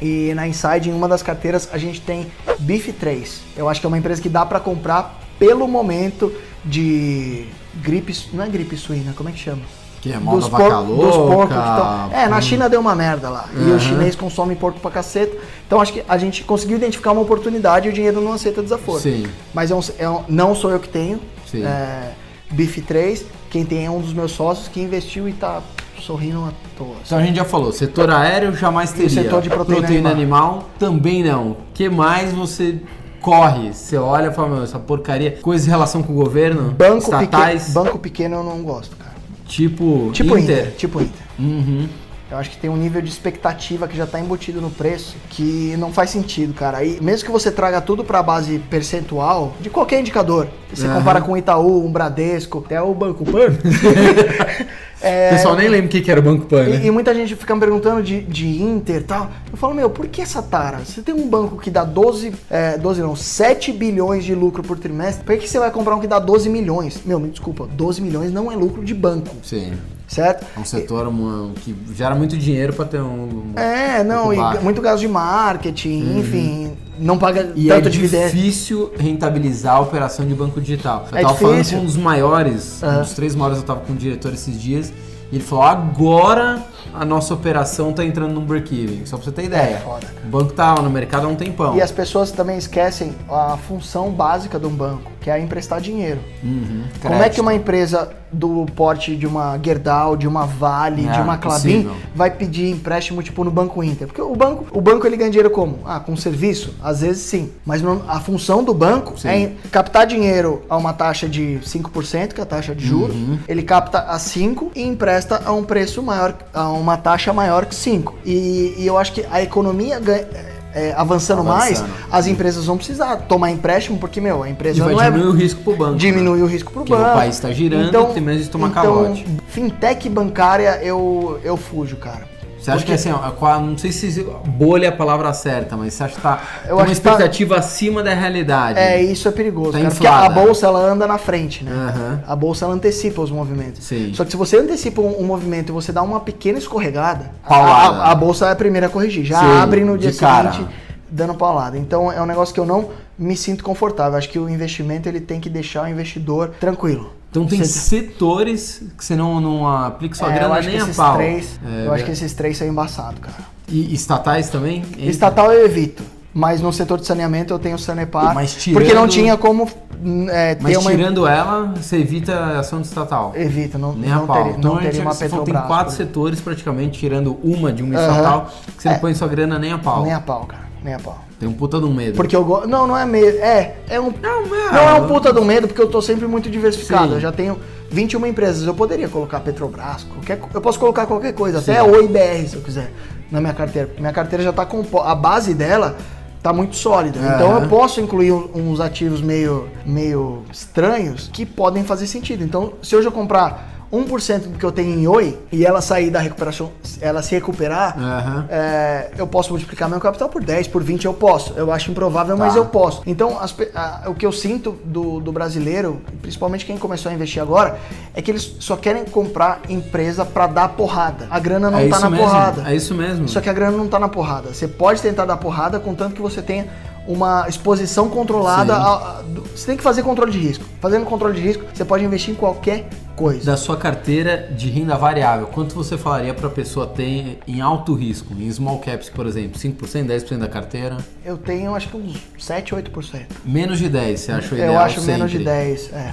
Speaker 1: E na Inside, em uma das carteiras, a gente tem Beef 3. Eu acho que é uma empresa que dá pra comprar pelo momento de gripe, su- não é gripe suína, como é que chama?
Speaker 2: Que é moda
Speaker 1: dos,
Speaker 2: vaca
Speaker 1: por- dos porcos que
Speaker 2: louca,
Speaker 1: estão. É, na China deu uma merda lá. E
Speaker 2: Hum. Aham.
Speaker 1: os chineses consomem porco pra caceta. Então acho que a gente conseguiu identificar uma oportunidade e o dinheiro não aceita desaforo.
Speaker 2: Sim.
Speaker 1: Mas é um- é um- não sou eu que tenho.
Speaker 2: Sim.
Speaker 1: É, Bife 3, quem tem é um dos meus sócios que investiu e tá sorrindo à toa.
Speaker 2: Então a gente já falou, setor aéreo jamais teria.
Speaker 1: setor de proteína
Speaker 2: animal. também não. que mais você corre? Você olha e fala, meu, essa porcaria. Coisa em relação com o governo,
Speaker 1: Banco,
Speaker 2: estatais,
Speaker 1: pequeno, banco pequeno eu não gosto, cara.
Speaker 2: tipo,
Speaker 1: Tipo Inter.
Speaker 2: Inter.
Speaker 1: Tipo Inter.
Speaker 2: Uhum.
Speaker 1: Eu acho que tem um nível de expectativa que já tá embutido no preço que não faz sentido, cara. E mesmo que você traga tudo pra base percentual, de qualquer indicador, você
Speaker 2: Aham.
Speaker 1: compara com o Itaú, um Bradesco, até o Banco Pan.
Speaker 2: [laughs]
Speaker 1: É,
Speaker 2: O pessoal nem lembra o que que era o Banco Pan, né?
Speaker 1: E, e muita gente fica me perguntando de, de Inter e tal. Eu falo, meu, por que essa tara? Você tem um banco que dá 12, é, 12 não, 7 bilhões de lucro por trimestre, por que que você vai comprar um que dá 12 milhões? Meu, me desculpa, 12 milhões não é lucro de banco,
Speaker 2: Sim.
Speaker 1: certo?
Speaker 2: É um setor uma- que gera muito dinheiro pra ter um.
Speaker 1: É, não,
Speaker 2: Muito
Speaker 1: e
Speaker 2: baixo.
Speaker 1: muito gasto de marketing, enfim, não paga
Speaker 2: E
Speaker 1: tanto
Speaker 2: é
Speaker 1: dividendo.
Speaker 2: difícil rentabilizar a operação de banco digital. Eu
Speaker 1: É
Speaker 2: tava falando
Speaker 1: difícil.
Speaker 2: com um dos maiores, um dos três maiores, eu tava com o diretor esses dias, e ele falou: agora a nossa operação tá entrando num break-even. Só pra você ter ideia.
Speaker 1: É foda,
Speaker 2: o banco tá no mercado há um tempão.
Speaker 1: E as pessoas também esquecem a função básica de um banco, que é emprestar dinheiro.
Speaker 2: Uhum,
Speaker 1: Como é que
Speaker 2: crédito.
Speaker 1: uma empresa do porte de uma Gerdau, de uma Vale,
Speaker 2: É,
Speaker 1: de uma Clabin
Speaker 2: impossível.
Speaker 1: vai pedir empréstimo tipo no Banco Inter? Porque o banco, o banco ele ganha dinheiro como? Ah, com serviço? Às vezes sim, mas não- a função do banco
Speaker 2: Sim.
Speaker 1: é captar dinheiro a uma taxa de 5%, que é a taxa de juros.
Speaker 2: Uhum.
Speaker 1: Ele capta a 5 e empresta a um preço maior, a uma taxa maior que 5. E, e eu acho que a economia ganha- é, avançando, mais,
Speaker 2: Avançando.
Speaker 1: as empresas vão precisar tomar empréstimo, porque, meu, a
Speaker 2: E
Speaker 1: empresa
Speaker 2: vai
Speaker 1: não é
Speaker 2: diminuir o risco pro banco. né?
Speaker 1: diminui o risco para o
Speaker 2: Porque o
Speaker 1: banco. Então,
Speaker 2: país tá girando, tem menos de tomar calote.
Speaker 1: Fintech bancária eu, eu fujo, cara.
Speaker 2: Você acha que assim, ó, qual- não sei se bolha é a palavra certa, mas você acha que tá
Speaker 1: Eu
Speaker 2: uma
Speaker 1: acho que tá-
Speaker 2: expectativa acima da realidade?
Speaker 1: É, isso é perigoso,
Speaker 2: Tá
Speaker 1: cara, porque a
Speaker 2: inflada.
Speaker 1: bolsa ela anda na frente, né?
Speaker 2: Aham.
Speaker 1: A bolsa ela antecipa os movimentos.
Speaker 2: Sim.
Speaker 1: Só que se você antecipa um, um movimento e você dá uma pequena escorregada, a,
Speaker 2: Paulada.
Speaker 1: a- a bolsa é a primeira a corrigir. Já
Speaker 2: Sim,
Speaker 1: abre no
Speaker 2: de
Speaker 1: dia
Speaker 2: cara.
Speaker 1: seguinte dando paulada. Então é um negócio que eu não me sinto confortável. Acho que o investimento ele tem que deixar o investidor tranquilo.
Speaker 2: Então tem
Speaker 1: Você- tá-
Speaker 2: setores que você não, não aplica sua
Speaker 1: É, eu
Speaker 2: grana
Speaker 1: acho que
Speaker 2: nem a
Speaker 1: esses
Speaker 2: pau.
Speaker 1: três,
Speaker 2: É,
Speaker 1: eu acho que esses três são embaçados, cara.
Speaker 2: E estatais também? Entra?
Speaker 1: Estatal eu evito. Mas no setor de saneamento eu tenho o Sanepar.
Speaker 2: Mas tirando-
Speaker 1: Porque não tinha como hum, é, ter
Speaker 2: Mas
Speaker 1: uma.
Speaker 2: tirando ela, você evita a ação de estatal.
Speaker 1: Evito, não,
Speaker 2: Nem a
Speaker 1: não
Speaker 2: pau.
Speaker 1: teria,
Speaker 2: então
Speaker 1: não
Speaker 2: a gente
Speaker 1: teria uma
Speaker 2: você falou,
Speaker 1: Petrobras.
Speaker 2: tem quatro
Speaker 1: por exemplo.
Speaker 2: setores praticamente, tirando uma de uma
Speaker 1: Aham. É.
Speaker 2: estatal, que você não põe sua grana nem a pau.
Speaker 1: Nem a pau, cara. Nem a pau.
Speaker 2: Tem um puta de um medo.
Speaker 1: Porque eu gosto. Não, não é medo. É, é um.
Speaker 2: Não, não.
Speaker 1: é um puta do medo, porque eu tô sempre muito diversificado.
Speaker 2: Sim.
Speaker 1: Eu já tenho 21 empresas. Eu poderia colocar Petrobras, qualquer, co- eu posso colocar qualquer coisa, até o IBR, se eu quiser, na minha carteira. Minha carteira já tá com. A base dela tá muito sólida. Então
Speaker 2: Aham.
Speaker 1: eu posso incluir um- uns ativos meio, meio estranhos que podem fazer sentido. Então, se hoje eu comprar. 1% do que eu tenho em Oi e ela sair da recuperação, ela se recuperar,
Speaker 2: Aham.
Speaker 1: é, eu posso multiplicar meu capital por 10, por 20, eu posso. Eu acho improvável, mas
Speaker 2: Tá.
Speaker 1: eu posso. Então, as pe- a- o que eu sinto do, do brasileiro, principalmente quem começou a investir agora, é que eles só querem comprar empresa pra dar porrada. A grana não
Speaker 2: é
Speaker 1: tá
Speaker 2: isso
Speaker 1: na
Speaker 2: mesmo.
Speaker 1: porrada.
Speaker 2: É isso mesmo.
Speaker 1: Só que a grana não tá na porrada. Você pode tentar dar porrada, contanto que você tenha uma exposição controlada.
Speaker 2: Sim.
Speaker 1: a- a- do- você tem que fazer controle de risco. Fazendo controle de risco, você pode investir em qualquer coisa.
Speaker 2: Da sua carteira de renda variável, quanto você falaria pra pessoa ter em alto risco? Em small caps, por exemplo, 5%, 10% da carteira?
Speaker 1: Eu tenho, acho que uns 7, 8%.
Speaker 2: Menos de 10, você acha o ideal
Speaker 1: Eu acho menos de
Speaker 2: sempre?
Speaker 1: 10, é.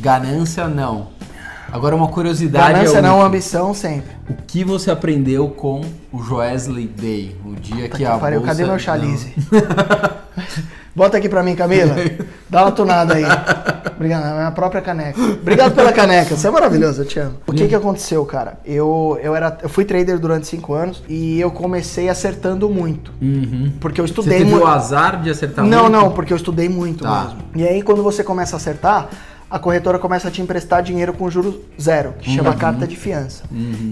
Speaker 2: Ganância, não. Agora uma curiosidade.
Speaker 1: Ganância
Speaker 2: é o-
Speaker 1: não, ambição sempre.
Speaker 2: O que você aprendeu com o Joesley Day, o dia que,
Speaker 1: que
Speaker 2: a
Speaker 1: pariu,
Speaker 2: bolsa...
Speaker 1: cadê meu
Speaker 2: [laughs]
Speaker 1: chalice? Bota aqui pra mim, Camila. Dá uma tunada aí. Obrigado, é a minha própria caneca. Obrigado pela caneca, você é maravilhoso, eu te amo. O que que aconteceu, cara? Eu, eu, era, eu fui trader durante cinco anos e eu comecei acertando muito.
Speaker 2: Não. Uhum.
Speaker 1: Porque eu
Speaker 2: Você
Speaker 1: estudei
Speaker 2: teve
Speaker 1: muito.
Speaker 2: o azar de acertar
Speaker 1: não,
Speaker 2: muito?
Speaker 1: não, porque eu estudei muito
Speaker 2: Tá.
Speaker 1: mesmo. E aí, quando você começa a acertar, a corretora começa a te emprestar dinheiro com juro zero, que chama carta de fiança.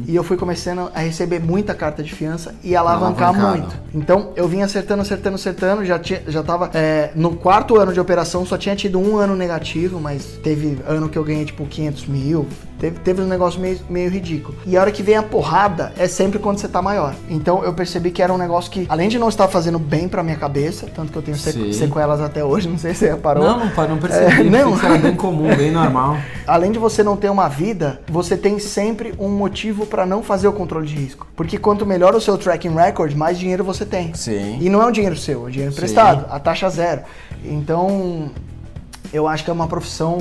Speaker 1: E eu fui começando a receber muita carta de fiança e alavancar
Speaker 2: Alavancado.
Speaker 1: muito. Então, eu vinha acertando, acertando, acertando. Já, tinha, já tava é, no quarto ano de operação, só tinha tido um ano negativo, mas teve ano que eu ganhei tipo 500 mil. Teve, teve um negócio meio, meio ridículo. E a hora que vem a porrada é sempre quando você tá maior. Então, eu percebi que era um negócio que, além de não estar fazendo bem pra minha cabeça, tanto que eu tenho
Speaker 2: Sim.
Speaker 1: sequ sequelas até hoje, [laughs] não sei se você reparou.
Speaker 2: Não, não, pa- não percebi.
Speaker 1: É,
Speaker 2: pensei
Speaker 1: não.
Speaker 2: que Isso era bem
Speaker 1: [laughs]
Speaker 2: comum, bem normal.
Speaker 1: Além de você não ter uma vida, você tem sempre um motivo pra não fazer o controle de risco. Porque quanto melhor o seu tracking record, mais dinheiro você tem.
Speaker 2: Sim.
Speaker 1: E não é um dinheiro seu, é um dinheiro
Speaker 2: Sim.
Speaker 1: emprestado, a taxa é zero. Então, eu acho que é uma profissão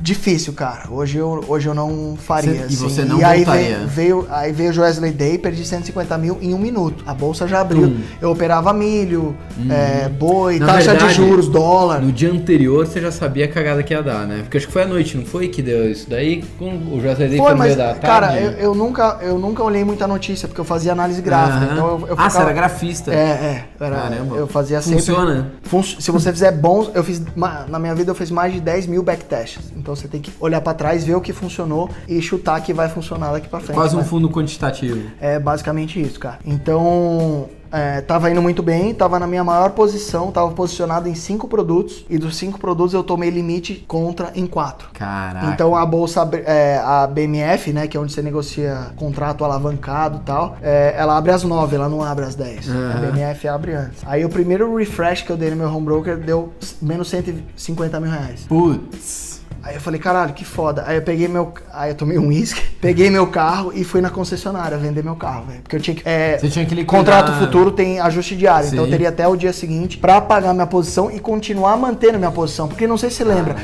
Speaker 1: difícil, cara. Hoje eu, hoje eu não faria.
Speaker 2: Cê- e
Speaker 1: assim.
Speaker 2: você não
Speaker 1: e aí
Speaker 2: voltaria.
Speaker 1: veio, veio, aí veio o Joesley Day, perdi 150 mil em um minuto. A bolsa já abriu. Eu operava milho, é, boi,
Speaker 2: Hum. Na
Speaker 1: taxa de
Speaker 2: verdade,
Speaker 1: juros, dólar.
Speaker 2: No dia anterior você já sabia a cagada que ia dar, né? Porque acho que foi à noite, não foi que deu isso daí? Com o Joesley Day
Speaker 1: Foi,
Speaker 2: foi no
Speaker 1: mas,
Speaker 2: meio da tarde?
Speaker 1: cara, eu, eu nunca, eu nunca olhei muita notícia, porque eu fazia análise gráfica.
Speaker 2: Aham.
Speaker 1: Então eu, eu
Speaker 2: Ah,
Speaker 1: ficava-
Speaker 2: você era grafista.
Speaker 1: É, é. eu Era,
Speaker 2: Caramba.
Speaker 1: Eu fazia sempre.
Speaker 2: Funciona?
Speaker 1: Fun- Se você fizer bons, eu fiz. ma- Na minha vida eu fiz mais de 10 mil backtests. Então você tem que olhar pra trás, ver o que funcionou e chutar que vai funcionar daqui pra frente.
Speaker 2: Quase um
Speaker 1: né?
Speaker 2: fundo quantitativo.
Speaker 1: É basicamente isso, cara. Então, é, tava indo muito bem, tava na minha maior posição, tava posicionado em cinco produtos, e dos cinco produtos eu tomei limite contra em quatro.
Speaker 2: Caraca.
Speaker 1: Então a bolsa, abre- é, a BMF, né, que é onde você negocia contrato alavancado e tal, é, ela abre às 9, ela não abre às 10. A
Speaker 2: Aham.
Speaker 1: BMF abre antes. Aí o primeiro refresh que eu dei no meu home broker deu s- menos 150 mil reais.
Speaker 2: Putz.
Speaker 1: Aí eu falei, caralho, que foda. Aí eu peguei meu. Aí eu tomei um uísque, [laughs] peguei meu carro e fui na concessionária vender meu carro, velho. Porque eu tinha que. é,
Speaker 2: Você tinha que liquidar-
Speaker 1: Contrato futuro tem ajuste diário. Então eu
Speaker 2: Sim.
Speaker 1: teria até o dia seguinte pra pagar minha posição e continuar mantendo minha posição. Porque não sei se lembra.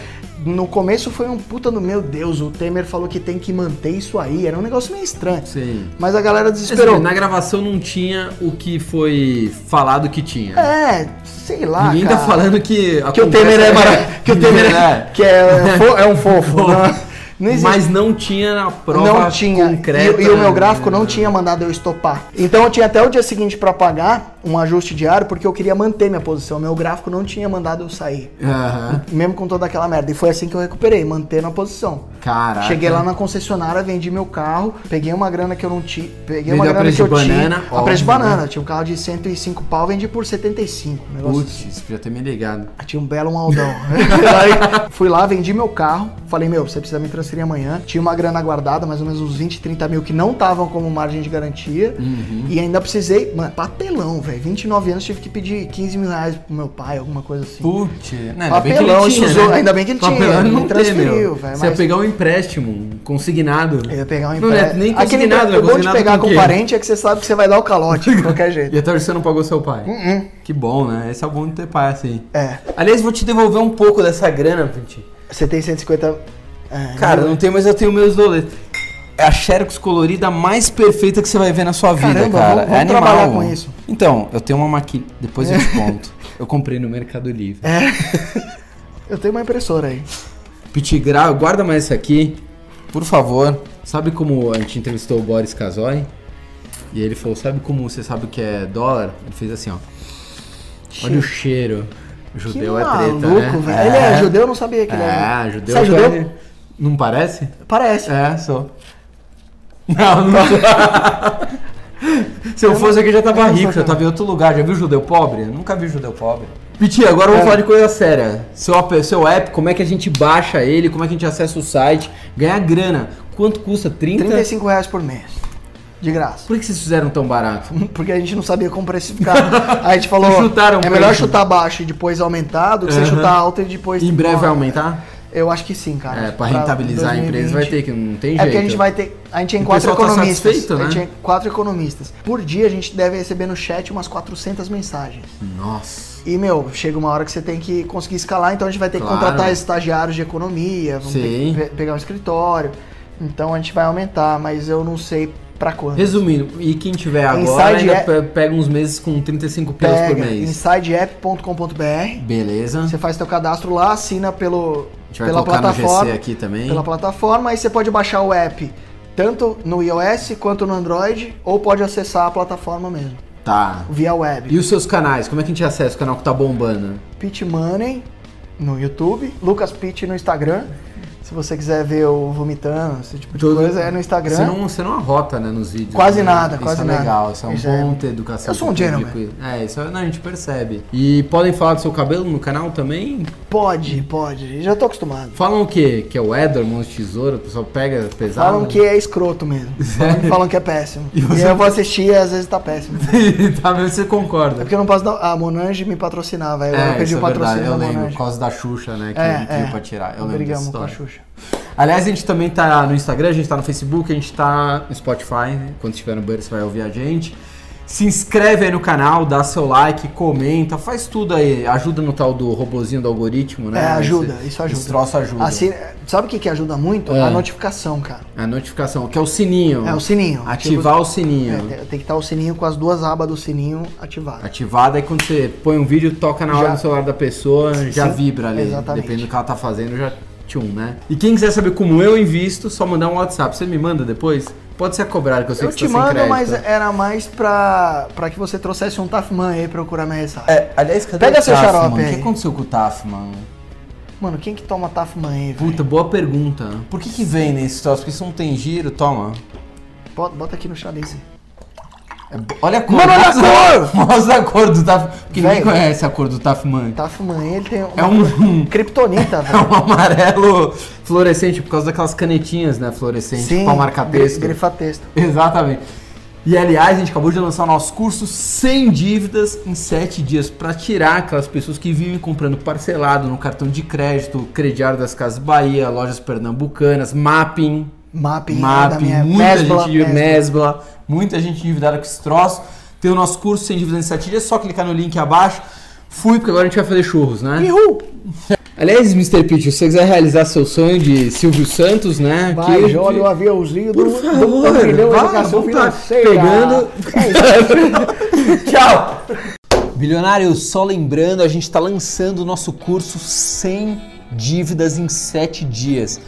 Speaker 1: No começo foi um puta no meu Deus, o Temer falou que tem que manter isso aí. Era um negócio meio estranho.
Speaker 2: Sim.
Speaker 1: Mas a galera
Speaker 2: Esperou.
Speaker 1: desesperou.
Speaker 2: Na gravação não tinha o que foi falado que tinha.
Speaker 1: É, sei lá.
Speaker 2: Ninguém
Speaker 1: cara.
Speaker 2: tá falando que. a
Speaker 1: que o
Speaker 2: conversa-
Speaker 1: Temer é
Speaker 2: [laughs]
Speaker 1: maravilhoso. Que o Temer é.
Speaker 2: É.
Speaker 1: Que é, fo- é um fofo. não- Não existe.
Speaker 2: Mas não tinha a prova
Speaker 1: não tinha.
Speaker 2: concreta. né?
Speaker 1: E, e o meu gráfico não tinha mandado eu estopar. Então eu tinha até o dia seguinte pra pagar um ajuste diário porque eu queria manter minha posição. Meu gráfico não tinha mandado eu sair.
Speaker 2: Aham.
Speaker 1: Mesmo com toda aquela merda. E foi assim que eu recuperei, mantendo a posição.
Speaker 2: Caraca.
Speaker 1: Cheguei lá na concessionária, vendi meu carro, peguei uma grana que eu não tinha. Peguei
Speaker 2: Vendeu
Speaker 1: uma
Speaker 2: a
Speaker 1: grana
Speaker 2: preço
Speaker 1: que eu
Speaker 2: de
Speaker 1: tinha.
Speaker 2: banana,
Speaker 1: a preço de
Speaker 2: óbvio, né?
Speaker 1: banana. Tinha um carro de 105 pau, vendi por 75. Um negócio assim.
Speaker 2: Putz, podia ter me ligado.
Speaker 1: Tinha um belo um aldão. [laughs] Aí fui lá, vendi meu carro. Falei, meu, você precisa me transferir amanhã. Tinha uma grana guardada, mais ou menos uns 20, 30 mil que não estavam como margem de garantia. E ainda precisei, mano, papelão, velho. 29 anos, tive que pedir 15 mil reais pro meu pai, alguma coisa assim.
Speaker 2: Putz, né, ainda bem que
Speaker 1: Papelão,
Speaker 2: ele
Speaker 1: isso
Speaker 2: tinha.
Speaker 1: usou-
Speaker 2: né?
Speaker 1: ainda bem que ele tinha,
Speaker 2: Papelão
Speaker 1: ele
Speaker 2: não
Speaker 1: transferiu,
Speaker 2: tem, meu.
Speaker 1: velho,
Speaker 2: Você ia
Speaker 1: mas-
Speaker 2: pegar um empréstimo, um consignado.
Speaker 1: Eu ia pegar um
Speaker 2: Não, né,
Speaker 1: empréstimo.
Speaker 2: nem
Speaker 1: Aquele
Speaker 2: consignado, né?
Speaker 1: o bom de
Speaker 2: Consignado
Speaker 1: pegar
Speaker 2: com
Speaker 1: com,
Speaker 2: quê?
Speaker 1: parente é que você sabe que você vai dar o
Speaker 2: [laughs]
Speaker 1: calote, de qualquer jeito.
Speaker 2: E até hoje você não pagou seu pai.
Speaker 1: Hum.
Speaker 2: Que bom, né? Esse é o bom de ter pai, assim.
Speaker 1: É,
Speaker 2: Aliás, vou te devolver um pouco dessa grana, Pintinho.
Speaker 1: você tem 150... É,
Speaker 2: Cara, não tem, mas eu tenho meus doletos. É a Xerox colorida mais perfeita que você vai ver na sua vida,
Speaker 1: Caramba,
Speaker 2: cara.
Speaker 1: vamos- vamos
Speaker 2: é animal.
Speaker 1: trabalhar com isso.
Speaker 2: Então, eu tenho uma maquinha. Depois eu te
Speaker 1: [laughs]
Speaker 2: conto. Eu comprei no Mercado Livre.
Speaker 1: É. Eu tenho uma impressora aí.
Speaker 2: Pitigra, guarda mais isso aqui, por favor. Sabe como a gente entrevistou o Boris Casoy? E ele falou: Sabe como você sabe o que é dólar? Ele fez assim, ó. Olha o cheiro. O
Speaker 1: Que
Speaker 2: judeu é
Speaker 1: maluco,
Speaker 2: treta, né?
Speaker 1: velho. Ele é judeu, eu não sabia que ele era.
Speaker 2: É, judeu.
Speaker 1: Você é judeu?
Speaker 2: quase- Não parece?
Speaker 1: Parece.
Speaker 2: É, sou.
Speaker 1: [laughs]
Speaker 2: Não, não sou. Se eu, fosse aqui, eu já
Speaker 1: eu
Speaker 2: tava
Speaker 1: não sou
Speaker 2: rico, já
Speaker 1: também.
Speaker 2: tava em outro lugar. Já viu judeu pobre? Eu nunca vi judeu pobre. Piti, agora vamos
Speaker 1: É.
Speaker 2: falar de coisa séria. Seu, app- seu app, como é que a gente baixa ele, como é que a gente acessa o site, ganhar grana. Quanto custa? 30?
Speaker 1: 35 reais por mês. De graça. [laughs]
Speaker 2: Por que vocês fizeram tão barato?
Speaker 1: Porque a gente não sabia como
Speaker 2: [laughs]
Speaker 1: precificar. Aí a gente falou,
Speaker 2: Vocês chutaram
Speaker 1: é
Speaker 2: o
Speaker 1: melhor
Speaker 2: preço.
Speaker 1: chutar baixo e depois aumentar do que você
Speaker 2: Aham.
Speaker 1: chutar alto e depois...
Speaker 2: Em breve vai
Speaker 1: Bom,
Speaker 2: aumentar?
Speaker 1: Eu acho que sim, cara.
Speaker 2: É, pra rentabilizar a empresa
Speaker 1: 2020.
Speaker 2: vai ter que, não tem
Speaker 1: É
Speaker 2: jeito.
Speaker 1: porque a gente vai ter. A gente é em
Speaker 2: O
Speaker 1: quatro
Speaker 2: pessoal tá
Speaker 1: economistas.
Speaker 2: satisfeito,
Speaker 1: A gente
Speaker 2: né?
Speaker 1: é em quatro economistas. Por dia a gente deve receber no chat umas 400 mensagens.
Speaker 2: Nossa.
Speaker 1: E, meu, chega uma hora que você tem que conseguir escalar, então a gente vai ter
Speaker 2: Claro.
Speaker 1: que contratar estagiários de economia, vamos ter
Speaker 2: Sim.
Speaker 1: que pe- pegar um escritório. Então a gente vai aumentar, mas eu não sei pra quando.
Speaker 2: Resumindo, e quem tiver agora
Speaker 1: Inside
Speaker 2: ainda
Speaker 1: é-
Speaker 2: pe- pega uns meses com 35 pilas por
Speaker 1: Pega
Speaker 2: mês.
Speaker 1: insideapp.com.br,
Speaker 2: Beleza.
Speaker 1: você faz teu cadastro lá, assina pelo,
Speaker 2: A gente vai
Speaker 1: pela
Speaker 2: colocar no GC
Speaker 1: plataforma.
Speaker 2: aqui também.
Speaker 1: Pela plataforma, aí você pode baixar o app tanto no iOS quanto no Android, ou pode acessar a plataforma mesmo,
Speaker 2: Tá.
Speaker 1: via web.
Speaker 2: E os seus canais? Como é que a gente acessa o canal que tá bombando?
Speaker 1: Pit Money no YouTube, Lucas Pitt no Instagram. Se você quiser ver eu vomitando, esse tipo de
Speaker 2: Tudo-
Speaker 1: coisa, é no Instagram.
Speaker 2: Você não, você não arrota, né, nos vídeos.
Speaker 1: Quase
Speaker 2: né?
Speaker 1: nada,
Speaker 2: isso
Speaker 1: quase
Speaker 2: é
Speaker 1: nada.
Speaker 2: legal, isso é um
Speaker 1: Isso é-
Speaker 2: bom ter educação.
Speaker 1: Eu sou um
Speaker 2: pro
Speaker 1: gentleman.
Speaker 2: público. É, isso é- não, a gente percebe. E podem falar do seu cabelo no canal também?
Speaker 1: Pode, pode. Já tô acostumado.
Speaker 2: Falam o quê? Que é o Edward, mão de tesoura, o pessoal pega pesado?
Speaker 1: Falam que é escroto mesmo. Falam, falam que é péssimo.
Speaker 2: E
Speaker 1: E,
Speaker 2: você-
Speaker 1: eu vou assistir e às vezes tá péssimo.
Speaker 2: [laughs] tá vendo? Você
Speaker 1: É
Speaker 2: concorda.
Speaker 1: porque eu não posso dar. Ah, a Monange me patrocinava. Eu
Speaker 2: É,
Speaker 1: perdi
Speaker 2: isso
Speaker 1: o
Speaker 2: é verdade,
Speaker 1: patrocínio da É,
Speaker 2: eu lembro.
Speaker 1: Monange.
Speaker 2: Por causa da Xuxa, né, que ele pediu pra tirar. Eu lembro dessa
Speaker 1: Brigamos com a
Speaker 2: história.
Speaker 1: Xuxa.
Speaker 2: Aliás, a gente também tá no Instagram, a gente tá no Facebook, a gente tá no Spotify, né? Quando estiver no banheiro você vai ouvir a gente. Se inscreve aí no canal, dá seu like, comenta, faz tudo aí. Ajuda no tal do robozinho do algoritmo, né?
Speaker 1: É, ajuda,
Speaker 2: Esse-
Speaker 1: isso ajuda.
Speaker 2: Esse troço ajuda.
Speaker 1: Assim, sabe o que, que ajuda muito?
Speaker 2: É.
Speaker 1: A notificação, cara.
Speaker 2: A notificação, que é o sininho.
Speaker 1: É o sininho.
Speaker 2: Ativar o
Speaker 1: É,
Speaker 2: sininho.
Speaker 1: tem, tem que estar o sininho com as duas abas do sininho ativadas.
Speaker 2: Ativado, aí quando você põe um vídeo, toca na hora
Speaker 1: Já.
Speaker 2: do celular da pessoa, já vibra ali.
Speaker 1: exatamente.
Speaker 2: Dependendo do que ela tá fazendo, já tchum, né? E quem quiser saber como eu invisto, só mandar um WhatsApp. Você me manda depois? Pode ser a cobrar, que eu sei
Speaker 1: Eu
Speaker 2: que
Speaker 1: te
Speaker 2: você tá sem
Speaker 1: mando,
Speaker 2: crédito.
Speaker 1: mas era mais pra, pra que você trouxesse um Tafman aí pra eu curar minha ressaca.
Speaker 2: É, aliás, cadê
Speaker 1: Pega
Speaker 2: o
Speaker 1: seu
Speaker 2: Taf,
Speaker 1: xarope
Speaker 2: mano? O que
Speaker 1: aí.
Speaker 2: aconteceu com o Taf, mano?
Speaker 1: Mano, quem que toma Tafman aí, velho?
Speaker 2: Puta, boa pergunta. Por que que vem nesse troço? Porque isso não tem giro, toma.
Speaker 1: Bota, bota aqui no xadrez.
Speaker 2: É bo- olha a cor.
Speaker 1: Mano, olha a
Speaker 2: mostra- [laughs] Mostra a cor do Taf. Porque ninguém
Speaker 1: Velho.
Speaker 2: conhece a cor do Taf, mano.
Speaker 1: Tafman, ele tem
Speaker 2: É
Speaker 1: uma
Speaker 2: um...
Speaker 1: Kryptonita,
Speaker 2: [laughs] É
Speaker 1: velho.
Speaker 2: um amarelo fluorescente, por causa daquelas canetinhas, né, fluorescente, pra marcar texto.
Speaker 1: gri- Grifa texto.
Speaker 2: [laughs] Exatamente. E aliás, a gente acabou de lançar o nosso curso sem dívidas em 7 dias para tirar aquelas pessoas que vivem comprando parcelado no cartão de crédito, crediário das Casas Bahia, lojas pernambucanas, mapping,
Speaker 1: Mapping, da
Speaker 2: mapping,
Speaker 1: minha
Speaker 2: muita
Speaker 1: né? mesbla,
Speaker 2: gente
Speaker 1: mesbla.
Speaker 2: mesbla, muita gente endividada com esse troço. Tem o nosso curso sem dívidas em 7 dias, é só clicar no link abaixo. Fui, porque agora a gente vai fazer churros, né?
Speaker 1: Ihu!
Speaker 2: Aliás, Mr. Pitch, se você quiser realizar seu sonho de Silvio Santos, né?
Speaker 1: Vai,
Speaker 2: que-
Speaker 1: joga o aviãozinho do,
Speaker 2: Por favor,
Speaker 1: do pavilhão
Speaker 2: vai,
Speaker 1: Educação
Speaker 2: vamos tá
Speaker 1: Financeira.
Speaker 2: pegando.
Speaker 1: Tchau!
Speaker 2: Bilionário, só lembrando, a gente está lançando o nosso curso sem dívidas em 7 dias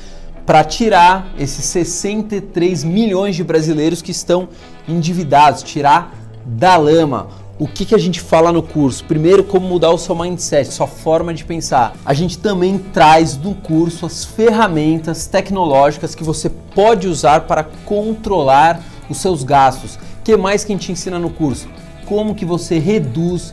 Speaker 2: para tirar esses 63 milhões de brasileiros que estão endividados, tirar da lama. O que, que a gente fala no curso? Primeiro, como mudar o seu mindset, sua forma de pensar. A gente também traz no curso as ferramentas tecnológicas que você pode usar para controlar os seus gastos. O que mais que a gente ensina no curso? como que você reduz